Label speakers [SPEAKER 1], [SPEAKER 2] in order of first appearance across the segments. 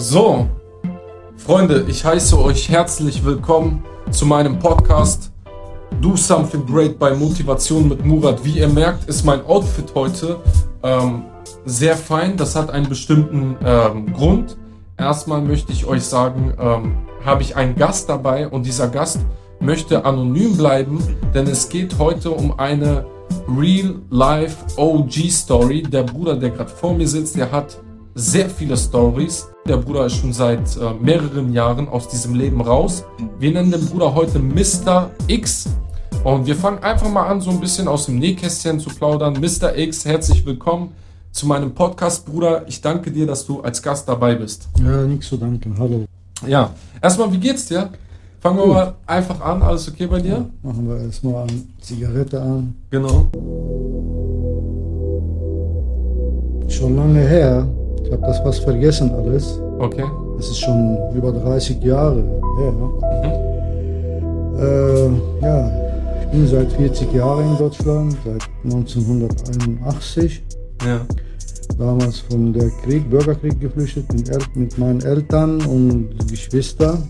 [SPEAKER 1] So, Freunde, ich heiße euch herzlich willkommen zu meinem Podcast Do Something Great bei Motivation mit Murat. Wie ihr merkt, ist mein Outfit heute ähm, sehr fein. Das hat einen bestimmten ähm, Grund. Erstmal möchte ich euch sagen, ähm, habe ich einen Gast dabei und dieser Gast möchte anonym bleiben, denn es geht heute um eine Real Life OG Story. Der Bruder, der gerade vor mir sitzt, der hat sehr viele Stories. Der Bruder ist schon seit äh, mehreren Jahren aus diesem Leben raus. Wir nennen den Bruder heute Mr. X. Und wir fangen einfach mal an, so ein bisschen aus dem Nähkästchen zu plaudern. Mr. X, herzlich willkommen zu meinem Podcast, Bruder. Ich danke dir, dass du als Gast dabei bist.
[SPEAKER 2] Ja, nichts zu danken. Hallo.
[SPEAKER 1] Ja, erstmal, wie geht's dir? Fangen wir
[SPEAKER 2] Gut.
[SPEAKER 1] mal einfach an. Alles okay bei dir?
[SPEAKER 2] Machen wir erstmal an. Zigarette an.
[SPEAKER 1] Genau.
[SPEAKER 2] Schon lange her. Ich habe das fast vergessen alles.
[SPEAKER 1] Okay.
[SPEAKER 2] Es ist schon über 30 Jahre her.
[SPEAKER 1] Mhm.
[SPEAKER 2] Äh, ja, ich bin seit 40 Jahren in Deutschland, seit 1981.
[SPEAKER 1] Ja.
[SPEAKER 2] Damals von der Krieg, Bürgerkrieg geflüchtet mit, El mit meinen Eltern und Geschwistern.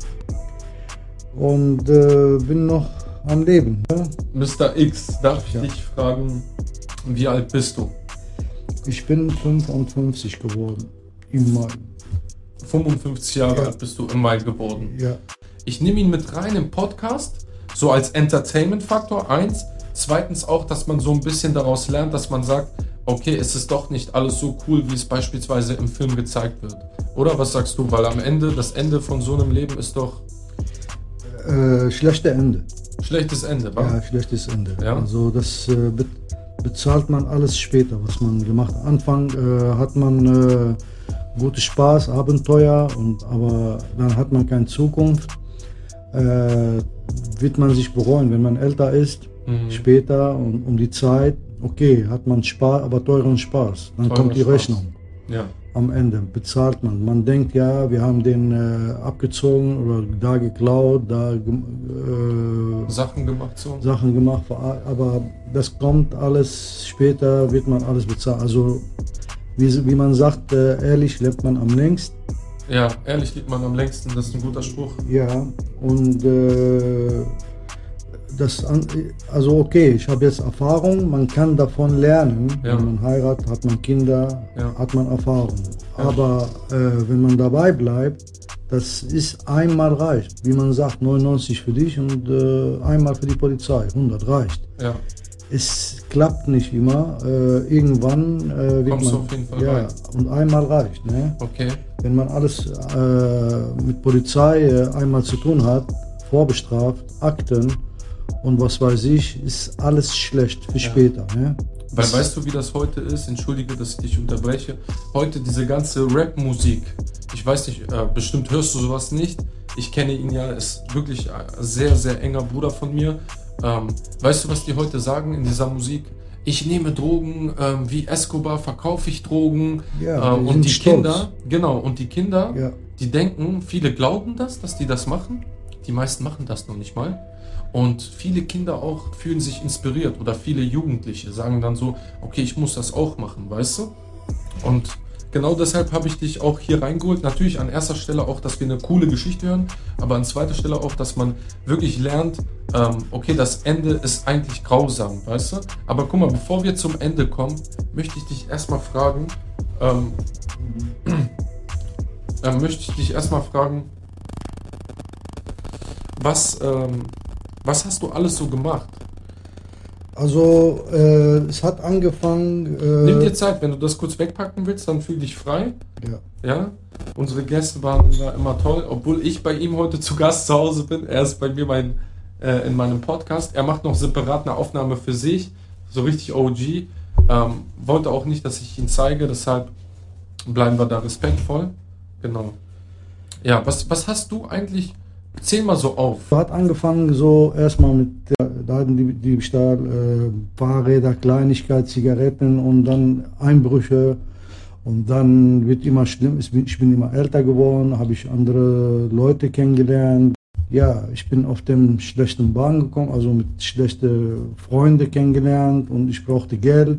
[SPEAKER 2] Und äh, bin noch am Leben. Ja?
[SPEAKER 1] Mr. X, darf ich
[SPEAKER 2] Ja.
[SPEAKER 1] dich fragen, wie alt bist du?
[SPEAKER 2] Ich bin 55 geworden. Im Mai.
[SPEAKER 1] 55 Jahre
[SPEAKER 2] Ja.
[SPEAKER 1] alt bist du im Mai geworden.
[SPEAKER 2] Ja.
[SPEAKER 1] Ich nehme ihn mit rein im Podcast, so als Entertainment-Faktor, eins. Zweitens auch, dass man so ein bisschen daraus lernt, dass man sagt, okay, es ist doch nicht alles so cool, wie es beispielsweise im Film gezeigt wird. Oder was sagst du? Weil am Ende, das Ende von so einem Leben ist doch
[SPEAKER 2] Äh, schlechte Ende.
[SPEAKER 1] schlechtes Ende, wa?
[SPEAKER 2] Ja, schlechtes Ende.
[SPEAKER 1] Ah. Ja.
[SPEAKER 2] Also das äh, be bezahlt man alles später, was man gemacht hat. Anfang äh, hat man äh, guten Spaß, Abenteuer, und, aber dann hat man keine Zukunft. Äh, wird man sich bereuen, wenn man älter ist,
[SPEAKER 1] Mhm.
[SPEAKER 2] später und um die Zeit. Okay, hat man Spaß, aber teuren Spaß. Dann
[SPEAKER 1] Teuren
[SPEAKER 2] kommt die
[SPEAKER 1] Spaß.
[SPEAKER 2] Rechnung.
[SPEAKER 1] Ja.
[SPEAKER 2] am Ende bezahlt man. Man denkt, ja, wir haben den äh, abgezogen oder da geklaut, da gem- äh,
[SPEAKER 1] Sachen gemacht so.
[SPEAKER 2] Sachen gemacht, ver- aber das kommt alles später, wird man alles bezahlt. Also, wie, wie man sagt, äh, ehrlich lebt man am längst.
[SPEAKER 1] Ja, ehrlich liegt man am längsten, das ist ein guter Spruch.
[SPEAKER 2] Ja, und äh, das, an- also okay, ich habe jetzt Erfahrung, man kann davon lernen.
[SPEAKER 1] Ja.
[SPEAKER 2] Wenn man heiratet, hat man Kinder,
[SPEAKER 1] Ja.
[SPEAKER 2] hat man Erfahrung.
[SPEAKER 1] Ja.
[SPEAKER 2] Aber äh, wenn man dabei bleibt, das ist einmal reicht. Wie man sagt, 99 für dich und äh, einmal für die Polizei, 100 reicht.
[SPEAKER 1] Ja,
[SPEAKER 2] Es klappt nicht immer. Äh, irgendwann äh, wird
[SPEAKER 1] Kommst du
[SPEAKER 2] man
[SPEAKER 1] auf jeden Fall
[SPEAKER 2] ja,
[SPEAKER 1] rein.
[SPEAKER 2] und einmal reicht. Ne?
[SPEAKER 1] okay.
[SPEAKER 2] wenn man alles äh, mit Polizei äh, einmal zu tun hat, vorbestraft, Akten und was weiß ich, ist alles schlecht für später. Ne?
[SPEAKER 1] Weil weißt du, wie das heute ist? Entschuldige, dass ich dich unterbreche. Heute diese ganze Rap-Musik, ich weiß nicht, äh, bestimmt hörst du sowas nicht. Ich kenne ihn ja, ist wirklich ein sehr, sehr enger Bruder von mir. Ähm, weißt du, was die heute sagen in dieser Musik? Ich nehme Drogen, ähm, wie Escobar verkaufe ich Drogen.
[SPEAKER 2] Ja,
[SPEAKER 1] äh,
[SPEAKER 2] die
[SPEAKER 1] und
[SPEAKER 2] sind
[SPEAKER 1] die
[SPEAKER 2] stolz.
[SPEAKER 1] Kinder, genau, und die Kinder,
[SPEAKER 2] Ja.
[SPEAKER 1] die denken, viele glauben das, dass die das machen. Die meisten machen das noch nicht mal. Und viele Kinder auch fühlen sich inspiriert oder viele Jugendliche sagen dann so, okay, ich muss das auch machen, weißt du? Und genau deshalb habe ich dich auch hier reingeholt. Natürlich an erster Stelle auch, dass wir eine coole Geschichte hören, aber an zweiter Stelle auch, dass man wirklich lernt, ähm, okay, das Ende ist eigentlich grausam, weißt du? Aber guck mal, bevor wir zum Ende kommen, möchte ich dich erstmal fragen, ähm, ähm, möchte ich dich erstmal fragen, was, ähm, was hast du alles so gemacht?
[SPEAKER 2] Also äh, es hat angefangen. Äh,
[SPEAKER 1] Nimm dir Zeit, wenn du das kurz wegpacken willst, dann fühl dich frei.
[SPEAKER 2] ja.
[SPEAKER 1] Ja, unsere Gäste waren da immer toll, obwohl ich bei ihm heute zu Gast zu Hause bin. Er ist bei mir mein, äh, in meinem Podcast. Er macht noch separat eine Aufnahme für sich, so richtig OG. Ähm, wollte auch nicht, dass ich ihn zeige, deshalb bleiben wir da respektvoll. Genau. Ja, was, was hast du eigentlich? Zähl mal so auf.
[SPEAKER 2] Hat angefangen so erstmal mit äh, Ladendiebstahl, äh, Fahrräder, Kleinigkeit, Zigaretten und dann Einbrüche. Und dann wird immer schlimm, Es bin- ich bin immer älter geworden, habe ich andere Leute kennengelernt. Ja, ich bin auf dem schlechten Bahn gekommen, also mit schlechten Freunden kennengelernt und ich brauchte Geld.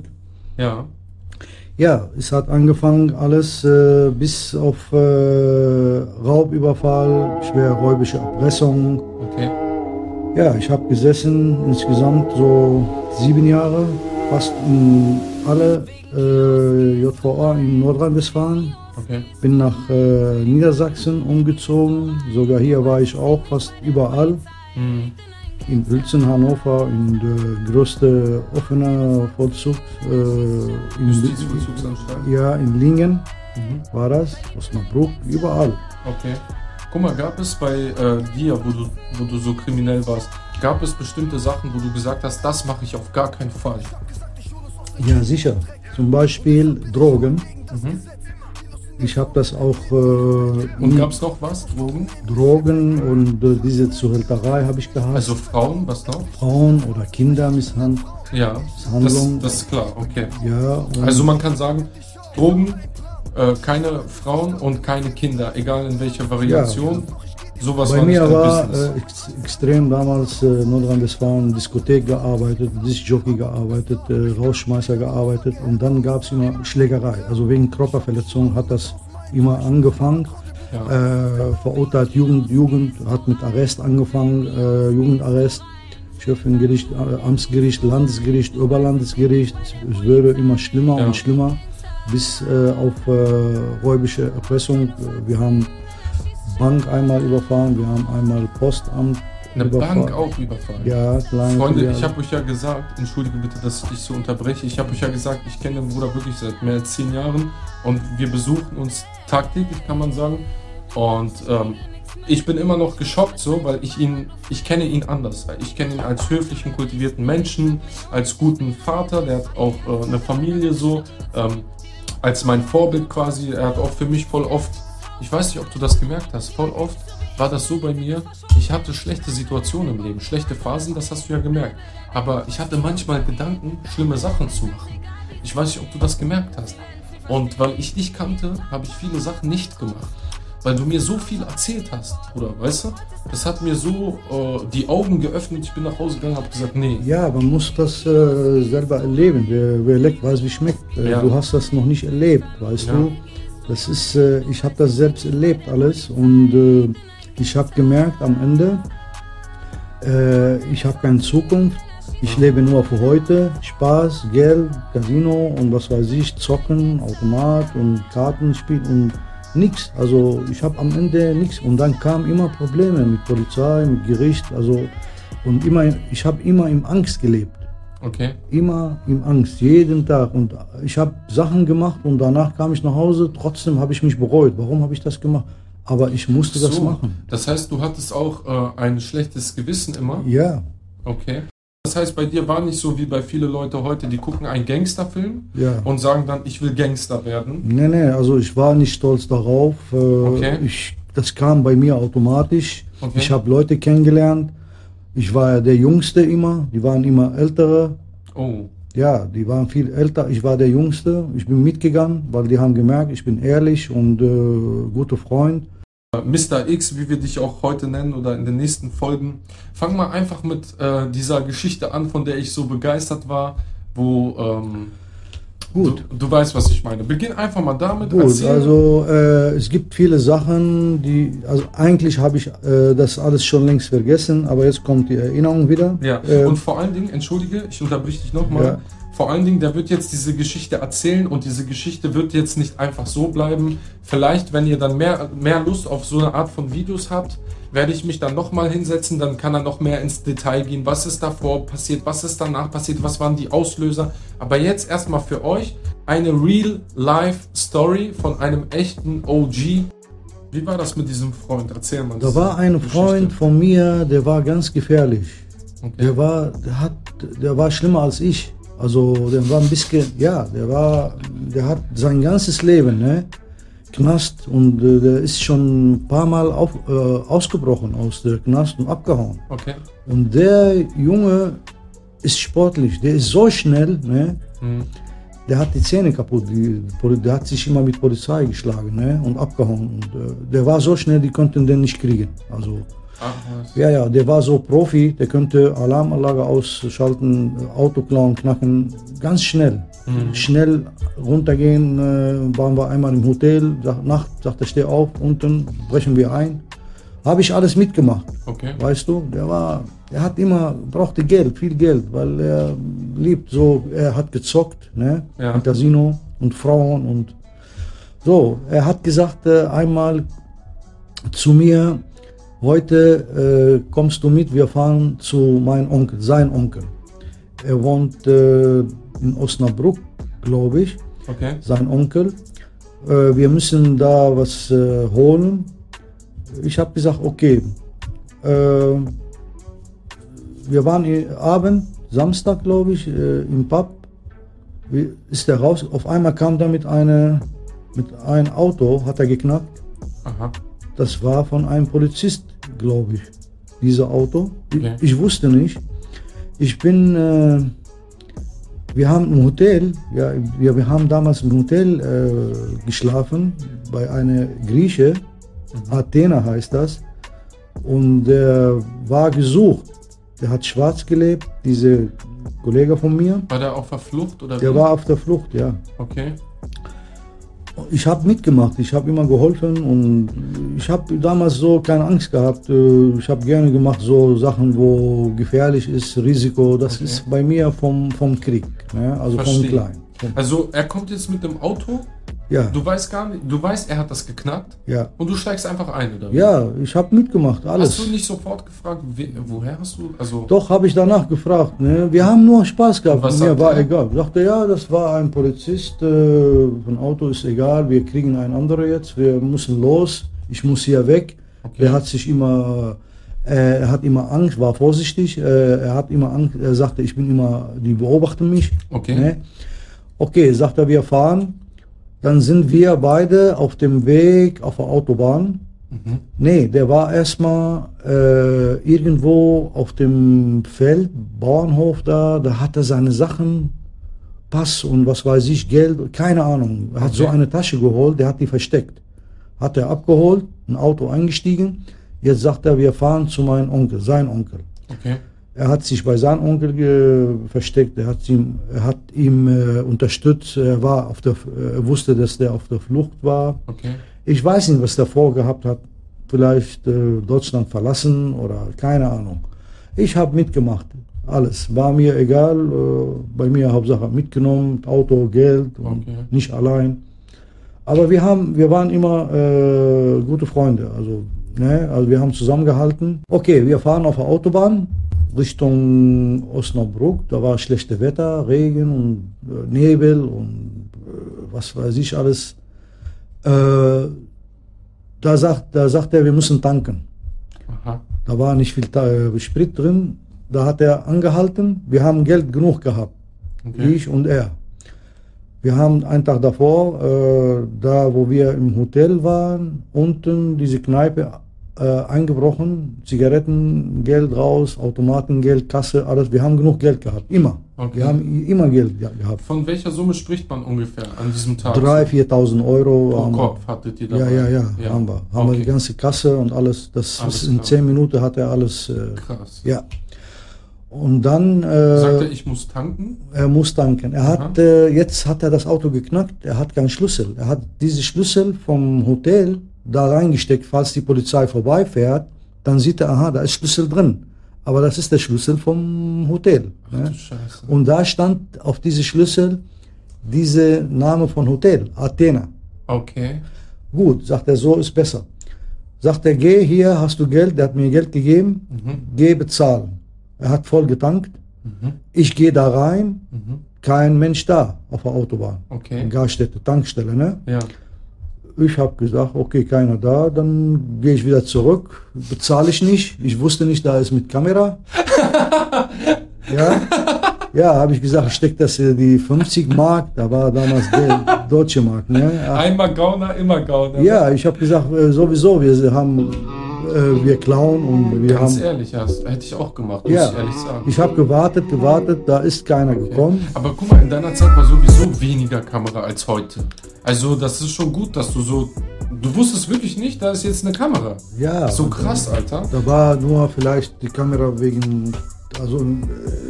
[SPEAKER 1] Ja,
[SPEAKER 2] Ja, es hat angefangen alles äh, bis auf äh, Raubüberfall, schwer räubische Erpressung.
[SPEAKER 1] Okay.
[SPEAKER 2] Ja, ich habe gesessen insgesamt so sieben Jahre, fast in alle äh, JVA in Nordrhein-Westfalen.
[SPEAKER 1] Okay.
[SPEAKER 2] Bin nach äh, Niedersachsen umgezogen, sogar hier war ich auch fast überall.
[SPEAKER 1] Mhm.
[SPEAKER 2] In Uelzen, Hannover, in der größte offene Vollzug. Äh, in,
[SPEAKER 1] Justizvollzugsanstalt.
[SPEAKER 2] ja, in Lingen
[SPEAKER 1] Mhm.
[SPEAKER 2] war das, Osnabrück, überall.
[SPEAKER 1] Okay. Guck mal, gab es bei äh, dir, wo du, wo du so kriminell warst, gab es bestimmte Sachen, wo du gesagt hast, das mache ich auf gar keinen Fall.
[SPEAKER 2] Ja, sicher. Zum Beispiel Drogen.
[SPEAKER 1] Mhm.
[SPEAKER 2] Ich habe das auch. Äh,
[SPEAKER 1] Und
[SPEAKER 2] nie-
[SPEAKER 1] gab es noch was? Drogen?
[SPEAKER 2] Drogen und äh, diese Zuhälterei habe ich gehabt.
[SPEAKER 1] Also Frauen, was noch?
[SPEAKER 2] Frauen oder Kinder misshandelt.
[SPEAKER 1] Ja. Das,
[SPEAKER 2] Handlung.
[SPEAKER 1] das ist klar, okay.
[SPEAKER 2] Ja, und
[SPEAKER 1] Also man kann sagen, Drogen, äh, keine Frauen und keine Kinder, egal in welcher Variation. Sowas
[SPEAKER 2] bei
[SPEAKER 1] war nicht
[SPEAKER 2] mir
[SPEAKER 1] dein
[SPEAKER 2] war
[SPEAKER 1] Business.
[SPEAKER 2] äh, ex extrem damals äh, Nordrhein-Westfalen Diskothek gearbeitet, Discjockey gearbeitet, äh, Rausschmeißer gearbeitet und dann gab es immer Schlägerei. Also wegen Körperverletzung hat das immer angefangen.
[SPEAKER 1] ja.
[SPEAKER 2] äh, verurteilt, Jugend, Jugend hat mit Arrest angefangen, äh, Jugendarrest, Schöffengericht, äh, Amtsgericht, Landesgericht, Oberlandesgericht. Es wurde immer schlimmer
[SPEAKER 1] Ja.
[SPEAKER 2] und schlimmer bis äh, auf äh, räubische Erpressung. Wir haben Bank einmal überfahren, wir haben einmal Postamt
[SPEAKER 1] Eine
[SPEAKER 2] überfahren.
[SPEAKER 1] Bank auch überfallen.
[SPEAKER 2] Ja, kleine
[SPEAKER 1] Freunde, ich
[SPEAKER 2] Filiale.
[SPEAKER 1] habe euch ja gesagt, entschuldige bitte, dass ich dich so unterbreche, ich habe euch ja gesagt, ich kenne den Bruder wirklich seit mehr als zehn Jahren und wir besuchen uns tagtäglich, kann man sagen. Und ähm, ich bin immer noch geschockt so, weil ich ihn, ich kenne ihn anders. Ich kenne ihn als höflichen, kultivierten Menschen, als guten Vater, der hat auch äh, eine Familie so, ähm, als mein Vorbild quasi. Er hat auch für mich voll oft, ich weiß nicht, ob du das gemerkt hast, voll oft war das so bei mir, ich hatte schlechte Situationen im Leben, schlechte Phasen, das hast du ja gemerkt. Aber ich hatte manchmal Gedanken, schlimme Sachen zu machen. Ich weiß nicht, ob du das gemerkt hast. Und weil ich dich kannte, habe ich viele Sachen nicht gemacht. Weil du mir so viel erzählt hast, Bruder, weißt du? Das hat mir so äh, die Augen geöffnet. Ich bin nach Hause gegangen, habe gesagt, nee,
[SPEAKER 2] Ja, man muss das äh, selber erleben. Wer, wer leckt, weiß, wie schmeckt. Äh,
[SPEAKER 1] Ja.
[SPEAKER 2] Du hast das noch nicht erlebt, weißt
[SPEAKER 1] Ja.
[SPEAKER 2] du. Das ist, äh, ich habe das selbst erlebt alles und äh, ich habe gemerkt am Ende, äh, ich habe keine Zukunft. Ich lebe nur für heute. Spaß, Geld, Casino und was weiß ich, Zocken, Automat und Kartenspiel und nichts. Also ich habe am Ende nichts. Und dann kamen immer Probleme mit Polizei, mit Gericht. Also und immer, ich habe immer in Angst gelebt.
[SPEAKER 1] okay.
[SPEAKER 2] Immer in Angst, jeden Tag. Und ich habe Sachen gemacht und danach kam ich nach Hause. Trotzdem habe ich mich bereut. Warum habe ich das gemacht? Aber ich musste das
[SPEAKER 1] So.
[SPEAKER 2] machen.
[SPEAKER 1] Das heißt, du hattest auch äh, ein schlechtes Gewissen immer.
[SPEAKER 2] Ja,
[SPEAKER 1] Okay. Das heißt, bei dir war nicht so wie bei vielen Leuten heute, die gucken einen Gangsterfilm
[SPEAKER 2] ja.
[SPEAKER 1] und sagen dann, ich will Gangster werden.
[SPEAKER 2] Nee, nee, also ich war nicht stolz darauf. Äh,
[SPEAKER 1] Okay.
[SPEAKER 2] ich, das kam bei mir automatisch.
[SPEAKER 1] Okay.
[SPEAKER 2] Ich habe Leute kennengelernt. Ich war ja der Jüngste immer. Die waren immer Ältere.
[SPEAKER 1] Oh,
[SPEAKER 2] Ja, die waren viel älter. Ich war der Jüngste. Ich bin mitgegangen, weil die haben gemerkt, ich bin ehrlich und äh, guter Freund.
[SPEAKER 1] äh, Mr. X, wie wir dich auch heute nennen oder in den nächsten Folgen. Fang mal einfach mit äh, dieser Geschichte an, von der ich so begeistert war, wo. Ähm,
[SPEAKER 2] Gut.
[SPEAKER 1] Du, du weißt, was ich meine. Beginn einfach mal damit.
[SPEAKER 2] Gut,
[SPEAKER 1] erzähl-
[SPEAKER 2] also äh, es gibt viele Sachen, die, also eigentlich habe ich äh, das alles schon längst vergessen, aber jetzt kommt die Erinnerung wieder.
[SPEAKER 1] Ja,
[SPEAKER 2] Äh,
[SPEAKER 1] und vor allen Dingen, entschuldige, ich unterbrich dich nochmal.
[SPEAKER 2] Ja.
[SPEAKER 1] Vor allen Dingen, der wird jetzt diese Geschichte erzählen und diese Geschichte wird jetzt nicht einfach so bleiben. Vielleicht, wenn ihr dann mehr, mehr Lust auf so eine Art von Videos habt, werde ich mich dann nochmal hinsetzen, dann kann er noch mehr ins Detail gehen. Was ist davor passiert, was ist danach passiert, was waren die Auslöser. Aber jetzt erstmal für euch eine Real-Life-Story von einem echten OG. Wie war das mit diesem Freund? Erzähl mal.
[SPEAKER 2] da
[SPEAKER 1] diese
[SPEAKER 2] war ein
[SPEAKER 1] Geschichte.
[SPEAKER 2] Freund von mir, der war ganz gefährlich.
[SPEAKER 1] Okay.
[SPEAKER 2] Der war, der hat, der war schlimmer als ich. Also der war ein bisschen, ja, der war, der hat sein ganzes Leben, ne, Knast und äh, der ist schon ein paar Mal auf, äh, ausgebrochen aus der Knast und abgehauen.
[SPEAKER 1] Okay.
[SPEAKER 2] Und der Junge ist sportlich, der ist so schnell, ne,
[SPEAKER 1] Mhm.
[SPEAKER 2] Der hat die Zähne kaputt, die, Poli- der hat sich immer mit Polizei geschlagen ne? und abgehauen. Und, äh, der war so schnell, die konnten den nicht kriegen. Also,
[SPEAKER 1] Ach, Ah, was.
[SPEAKER 2] ja, ja, der war so Profi, der könnte Alarmanlage ausschalten, äh, Auto klauen, knacken, ganz schnell. Schnell runtergehen, äh, waren wir einmal im Hotel, sag, Nacht, sagt er, steh auf, unten brechen wir ein. Habe ich alles mitgemacht.
[SPEAKER 1] Okay.
[SPEAKER 2] Weißt du, der war, er hat immer, brauchte Geld, viel Geld, weil er liebt so, er hat gezockt, ne,
[SPEAKER 1] Ja.
[SPEAKER 2] im Casino und Frauen und so. Er hat gesagt äh, einmal zu mir, heute äh, kommst du mit, wir fahren zu meinem Onkel, sein Onkel. Er wohnt äh, in Osnabrück, glaube ich
[SPEAKER 1] Okay.
[SPEAKER 2] sein Onkel. Äh, wir müssen da was äh, holen. Ich habe gesagt, okay. Äh, wir waren i- Abend, Samstag glaube ich, äh, im Pub. Wie, ist er raus? Auf einmal kam da mit, eine, mit einem Auto, hat er geknackt.
[SPEAKER 1] Aha.
[SPEAKER 2] Das war von einem Polizist, glaube ich, dieser Auto. Ich,
[SPEAKER 1] Okay.
[SPEAKER 2] ich wusste nicht. Ich bin, äh, wir haben im Hotel, ja, wir, wir haben damals im Hotel äh, geschlafen, bei einer Grieche, Athena heißt das. Und der war gesucht. Der hat schwarz gelebt, dieser Kollege von mir.
[SPEAKER 1] War der auf der Flucht oder
[SPEAKER 2] Der
[SPEAKER 1] wie?
[SPEAKER 2] war auf der Flucht, ja.
[SPEAKER 1] Okay.
[SPEAKER 2] Ich habe mitgemacht, ich habe immer geholfen und ich habe damals so keine Angst gehabt. Äh, Ich habe gerne gemacht so Sachen, wo gefährlich ist, Risiko. Das
[SPEAKER 1] Okay.
[SPEAKER 2] ist bei mir vom, vom Krieg, ne? also
[SPEAKER 1] Verstehe.
[SPEAKER 2] vom Kleinen. Vom,
[SPEAKER 1] Also er kommt jetzt mit dem Auto,
[SPEAKER 2] ja,
[SPEAKER 1] du weißt gar nicht, du weißt, er hat das geknackt
[SPEAKER 2] ja,
[SPEAKER 1] und du steigst einfach ein, oder wie?
[SPEAKER 2] ja, ich habe mitgemacht,
[SPEAKER 1] Hast du
[SPEAKER 2] alles.
[SPEAKER 1] nicht sofort gefragt, we, woher hast du, also...
[SPEAKER 2] Doch habe ich danach gefragt. Ne? Wir haben nur Spaß gehabt,
[SPEAKER 1] Was
[SPEAKER 2] mir
[SPEAKER 1] sagt
[SPEAKER 2] war
[SPEAKER 1] er?
[SPEAKER 2] egal. Sagte ja, das war ein Polizist, äh, ein Auto ist egal, wir kriegen einen anderen jetzt, wir müssen los, ich muss hier weg.
[SPEAKER 1] Okay.
[SPEAKER 2] Er hat sich immer, äh, er hat immer Angst, war vorsichtig. Äh, er hat immer Angst, er sagte, ich bin immer, die beobachten mich.
[SPEAKER 1] Okay.
[SPEAKER 2] Ne? Okay, sagt er, wir fahren. Dann sind wir beide auf dem Weg auf der Autobahn.
[SPEAKER 1] mhm.
[SPEAKER 2] Nee, der war erstmal äh, irgendwo auf dem Feld, Bauernhof da, da hat er seine Sachen, Pass und was weiß ich, Geld, keine Ahnung. Er hat so
[SPEAKER 1] Okay.
[SPEAKER 2] eine Tasche geholt, der hat die versteckt. Hat er abgeholt, ein Auto eingestiegen. Jetzt sagt er, wir fahren zu meinem Onkel, sein Onkel.
[SPEAKER 1] Okay.
[SPEAKER 2] Er hat sich bei seinem Onkel ge- versteckt, er hat ihm, er hat ihm äh, unterstützt, er, war auf der, äh, er wusste, dass der auf der Flucht war.
[SPEAKER 1] Okay.
[SPEAKER 2] Ich weiß nicht, was der vorgehabt hat. Vielleicht äh, Deutschland verlassen oder keine Ahnung. Ich habe mitgemacht. Alles. War mir egal. Äh, bei mir Hauptsache mitgenommen. Auto, Geld. Und
[SPEAKER 1] Okay.
[SPEAKER 2] Nicht allein. Aber wir, haben, wir waren immer äh, gute Freunde. Also, ne? also wir haben zusammengehalten. Okay, wir fahren auf der Autobahn Richtung Osnabrück. Da war schlechte Wetter, Regen und äh, Nebel und äh, was weiß ich alles. Äh, da, sagt, da sagt er, wir müssen tanken.
[SPEAKER 1] Aha.
[SPEAKER 2] Da war nicht viel Ta- äh, Sprit drin. Da hat er angehalten. Wir haben Geld genug gehabt.
[SPEAKER 1] Okay.
[SPEAKER 2] Ich und er. Wir haben einen Tag davor, äh, da wo wir im Hotel waren, unten diese Kneipe äh, eingebrochen, Zigaretten, Geld raus, Automatengeld, Kasse, alles. Wir haben genug Geld gehabt, immer.
[SPEAKER 1] Okay.
[SPEAKER 2] Wir haben i- immer Geld ge- gehabt.
[SPEAKER 1] Von welcher Summe spricht man ungefähr an diesem Tag?
[SPEAKER 2] 3.000, 4.000 Euro.
[SPEAKER 1] Pro
[SPEAKER 2] haben wir.
[SPEAKER 1] Kopf hattet ihr
[SPEAKER 2] Ja,
[SPEAKER 1] dabei?
[SPEAKER 2] ja, ja, haben wir. Haben wir die
[SPEAKER 1] okay.
[SPEAKER 2] ganze Kasse und alles. Das
[SPEAKER 1] Alles
[SPEAKER 2] ist in
[SPEAKER 1] klar.
[SPEAKER 2] zehn Minuten hat er alles. Äh,
[SPEAKER 1] Krass.
[SPEAKER 2] ja. Und dann. Äh,
[SPEAKER 1] Sagt er, ich muss tanken?
[SPEAKER 2] er muss tanken. Er hat, äh, jetzt hat er das Auto geknackt, er hat keinen Schlüssel. Er hat diese Schlüssel vom Hotel da reingesteckt, falls die Polizei vorbeifährt, dann sieht er, aha, da ist Schlüssel drin. Aber das ist der Schlüssel vom Hotel.
[SPEAKER 1] Ach
[SPEAKER 2] ne?
[SPEAKER 1] du Scheiße.
[SPEAKER 2] Und da stand auf diese Schlüssel diese Name von Hotel, Athena.
[SPEAKER 1] Okay.
[SPEAKER 2] Gut, sagt er, so ist besser. Sagt er, geh hier, hast du Geld, der hat mir Geld gegeben,
[SPEAKER 1] Mhm.
[SPEAKER 2] geh bezahlen. Er hat voll getankt. Ich gehe da rein,
[SPEAKER 1] Mhm.
[SPEAKER 2] kein Mensch da auf der Autobahn.
[SPEAKER 1] Okay.
[SPEAKER 2] Garstätte, Tankstelle, ne?
[SPEAKER 1] Ja.
[SPEAKER 2] Ich habe gesagt, okay, keiner da, dann gehe ich wieder zurück, bezahle ich nicht. Ich wusste nicht, da ist mit Kamera. ja, ja habe ich gesagt, steck das hier die 50 Mark, da war damals Geld, deutsche Mark, ne?
[SPEAKER 1] Ah, Einmal Gauner, immer Gauner.
[SPEAKER 2] Ja, ich habe gesagt, äh, sowieso, wir haben äh, wir klauen und wir
[SPEAKER 1] Ganz
[SPEAKER 2] haben.
[SPEAKER 1] ehrlich, ja, das hätte ich auch gemacht, muss
[SPEAKER 2] Ja.
[SPEAKER 1] ich ehrlich sagen.
[SPEAKER 2] Ich habe gewartet, gewartet, da ist keiner gekommen.
[SPEAKER 1] Aber guck mal, in deiner Zeit war sowieso weniger Kamera als heute. Also das ist schon gut, dass du so... Du wusstest wirklich nicht, da ist jetzt eine Kamera.
[SPEAKER 2] Ja.
[SPEAKER 1] So krass, Alter.
[SPEAKER 2] Da war nur vielleicht die Kamera wegen, also äh,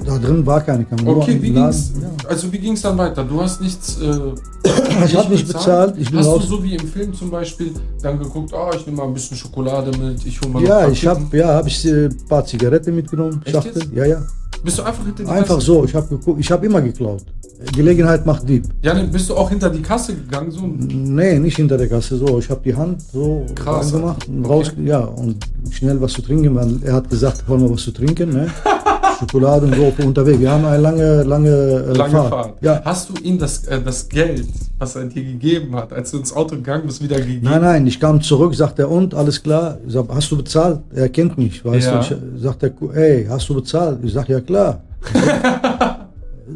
[SPEAKER 2] da drin war keine Kamera. nur
[SPEAKER 1] Okay,
[SPEAKER 2] im
[SPEAKER 1] wie
[SPEAKER 2] Laden.
[SPEAKER 1] ging's,
[SPEAKER 2] Ja.
[SPEAKER 1] also wie ging's dann weiter? Du hast nichts... Äh,
[SPEAKER 2] Ich habe nicht bezahlt. Ich bin
[SPEAKER 1] Hast du
[SPEAKER 2] raus.
[SPEAKER 1] so wie im Film zum Beispiel dann geguckt, ah, ich nehme mal ein bisschen Schokolade mit, ich hole mal noch
[SPEAKER 2] ja,
[SPEAKER 1] ein paar
[SPEAKER 2] ich habe
[SPEAKER 1] Kippen.
[SPEAKER 2] ja, hab ich äh, ein paar Zigaretten mitgenommen,
[SPEAKER 1] Echt
[SPEAKER 2] Schachtel.
[SPEAKER 1] jetzt?
[SPEAKER 2] Ja, ja.
[SPEAKER 1] Bist du einfach hinter die
[SPEAKER 2] Einfach
[SPEAKER 1] Kasse?
[SPEAKER 2] so. Ich habe geguckt. Ich habe immer geklaut. Gelegenheit macht Dieb.
[SPEAKER 1] Ja, dann bist du auch hinter die Kasse gegangen so und
[SPEAKER 2] Nee, nicht hinter der Kasse so. Ich habe die Hand so
[SPEAKER 1] Krass.
[SPEAKER 2] gemacht und
[SPEAKER 1] Okay.
[SPEAKER 2] raus, ja und schnell was zu trinken. Weil er hat gesagt, wollen wir was zu trinken, ne? Schokolade und so für unterwegs. Wir haben eine lange, lange, äh,
[SPEAKER 1] lange
[SPEAKER 2] Fahrt.
[SPEAKER 1] Fahrt.
[SPEAKER 2] Ja.
[SPEAKER 1] Hast du ihm das, äh, das Geld, was er dir gegeben hat, als du ins Auto gegangen bist, wieder gegeben?
[SPEAKER 2] Nein, nein, ich kam zurück, sagt er, und alles klar. Ich sag, hast du bezahlt? Er kennt mich, weißt
[SPEAKER 1] Ja.
[SPEAKER 2] du? Ich, äh, sagt er, ey, hast du bezahlt? Ich sag, ja klar.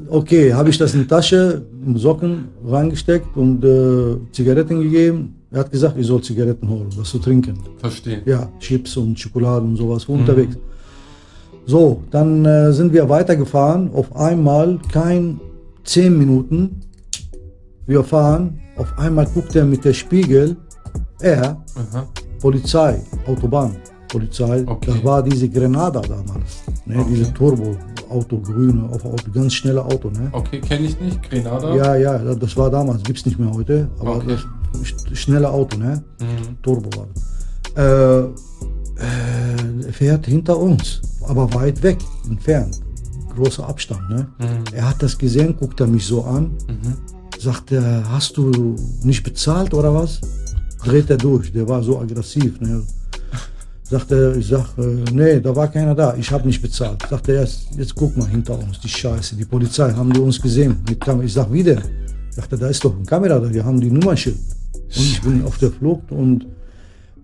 [SPEAKER 2] okay, habe ich das in die Tasche, in Socken reingesteckt und äh, Zigaretten gegeben. Er hat gesagt, ich soll Zigaretten holen, was zu trinken.
[SPEAKER 1] Verstehe.
[SPEAKER 2] Ja, Chips und Schokolade und sowas
[SPEAKER 1] Mhm.
[SPEAKER 2] für unterwegs. So, dann äh, sind wir weitergefahren. Auf einmal, kein 10 Minuten, wir fahren. Auf einmal guckt er mit der Spiegel, er,
[SPEAKER 1] Aha.
[SPEAKER 2] Polizei, Autobahn, Polizei.
[SPEAKER 1] Okay.
[SPEAKER 2] Da war diese Grenada damals, ne,
[SPEAKER 1] Okay.
[SPEAKER 2] diese Turbo-Auto, grüne, auf Auto, ganz schnelle Auto. Ne?
[SPEAKER 1] Okay, kenne ich nicht. Grenada.
[SPEAKER 2] Ja, ja, das war damals, gibt's nicht mehr heute, aber
[SPEAKER 1] Okay.
[SPEAKER 2] das sch- schnelle Auto, ne?
[SPEAKER 1] Mhm.
[SPEAKER 2] Turbo war das. Äh, äh, fährt hinter uns, aber weit weg, entfernt. Großer Abstand. Ne? Er hat das gesehen, guckt er mich so an, sagt er, hast du nicht bezahlt oder was? Dreht er durch, der war so aggressiv. Ne? Sagt er, ich sag, äh, nee, da war keiner da, ich habe nicht bezahlt. Sagt er, jetzt, jetzt guck mal hinter uns, die Scheiße, die Polizei, haben die uns gesehen mit Kamera. Ich sag, wieder. Sagt er, da ist doch eine Kamera da, die haben die Nummernschild. Und ich bin auf der Flucht und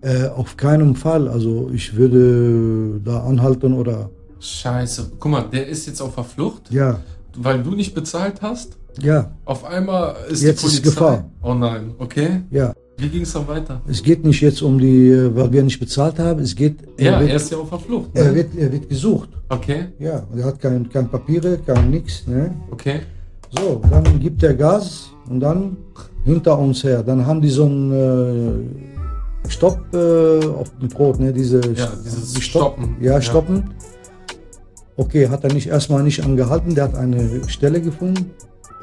[SPEAKER 2] äh, auf keinen Fall. Also ich würde da anhalten oder
[SPEAKER 1] Scheiße. Guck mal, der ist jetzt auf der Flucht,
[SPEAKER 2] ja,
[SPEAKER 1] weil du nicht bezahlt hast.
[SPEAKER 2] ja,
[SPEAKER 1] Auf einmal ist
[SPEAKER 2] Jetzt
[SPEAKER 1] die
[SPEAKER 2] ist
[SPEAKER 1] Polizei.
[SPEAKER 2] Gefahr.
[SPEAKER 1] Oh nein. Okay.
[SPEAKER 2] ja.
[SPEAKER 1] Wie ging es dann weiter?
[SPEAKER 2] Es geht nicht jetzt um die, äh, weil wir nicht bezahlt haben. Es geht,
[SPEAKER 1] Ja,
[SPEAKER 2] er,
[SPEAKER 1] er
[SPEAKER 2] wird,
[SPEAKER 1] ist ja auf der Flucht.
[SPEAKER 2] er,
[SPEAKER 1] Ne?
[SPEAKER 2] wird, er wird gesucht.
[SPEAKER 1] Okay,
[SPEAKER 2] Ja, und er hat kein, kein Papiere, kein nix. Ne?
[SPEAKER 1] okay.
[SPEAKER 2] So, dann gibt er Gas und dann hinter uns her. Dann haben die so einen äh, Stopp äh, auf dem Brot, ne? Diese
[SPEAKER 1] Ja, dieses
[SPEAKER 2] die
[SPEAKER 1] Stoppen. Ja.
[SPEAKER 2] Ja, stoppen. Okay, hat er nicht erstmal nicht angehalten, der hat eine Stelle gefunden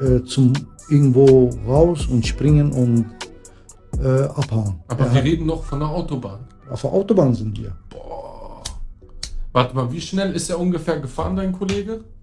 [SPEAKER 2] äh, zum irgendwo raus und springen und äh, abhauen.
[SPEAKER 1] Aber
[SPEAKER 2] Er
[SPEAKER 1] wir
[SPEAKER 2] hat,
[SPEAKER 1] reden noch von der Autobahn.
[SPEAKER 2] auf der Autobahn sind wir.
[SPEAKER 1] Warte mal, wie schnell ist er ungefähr gefahren, dein Kollege?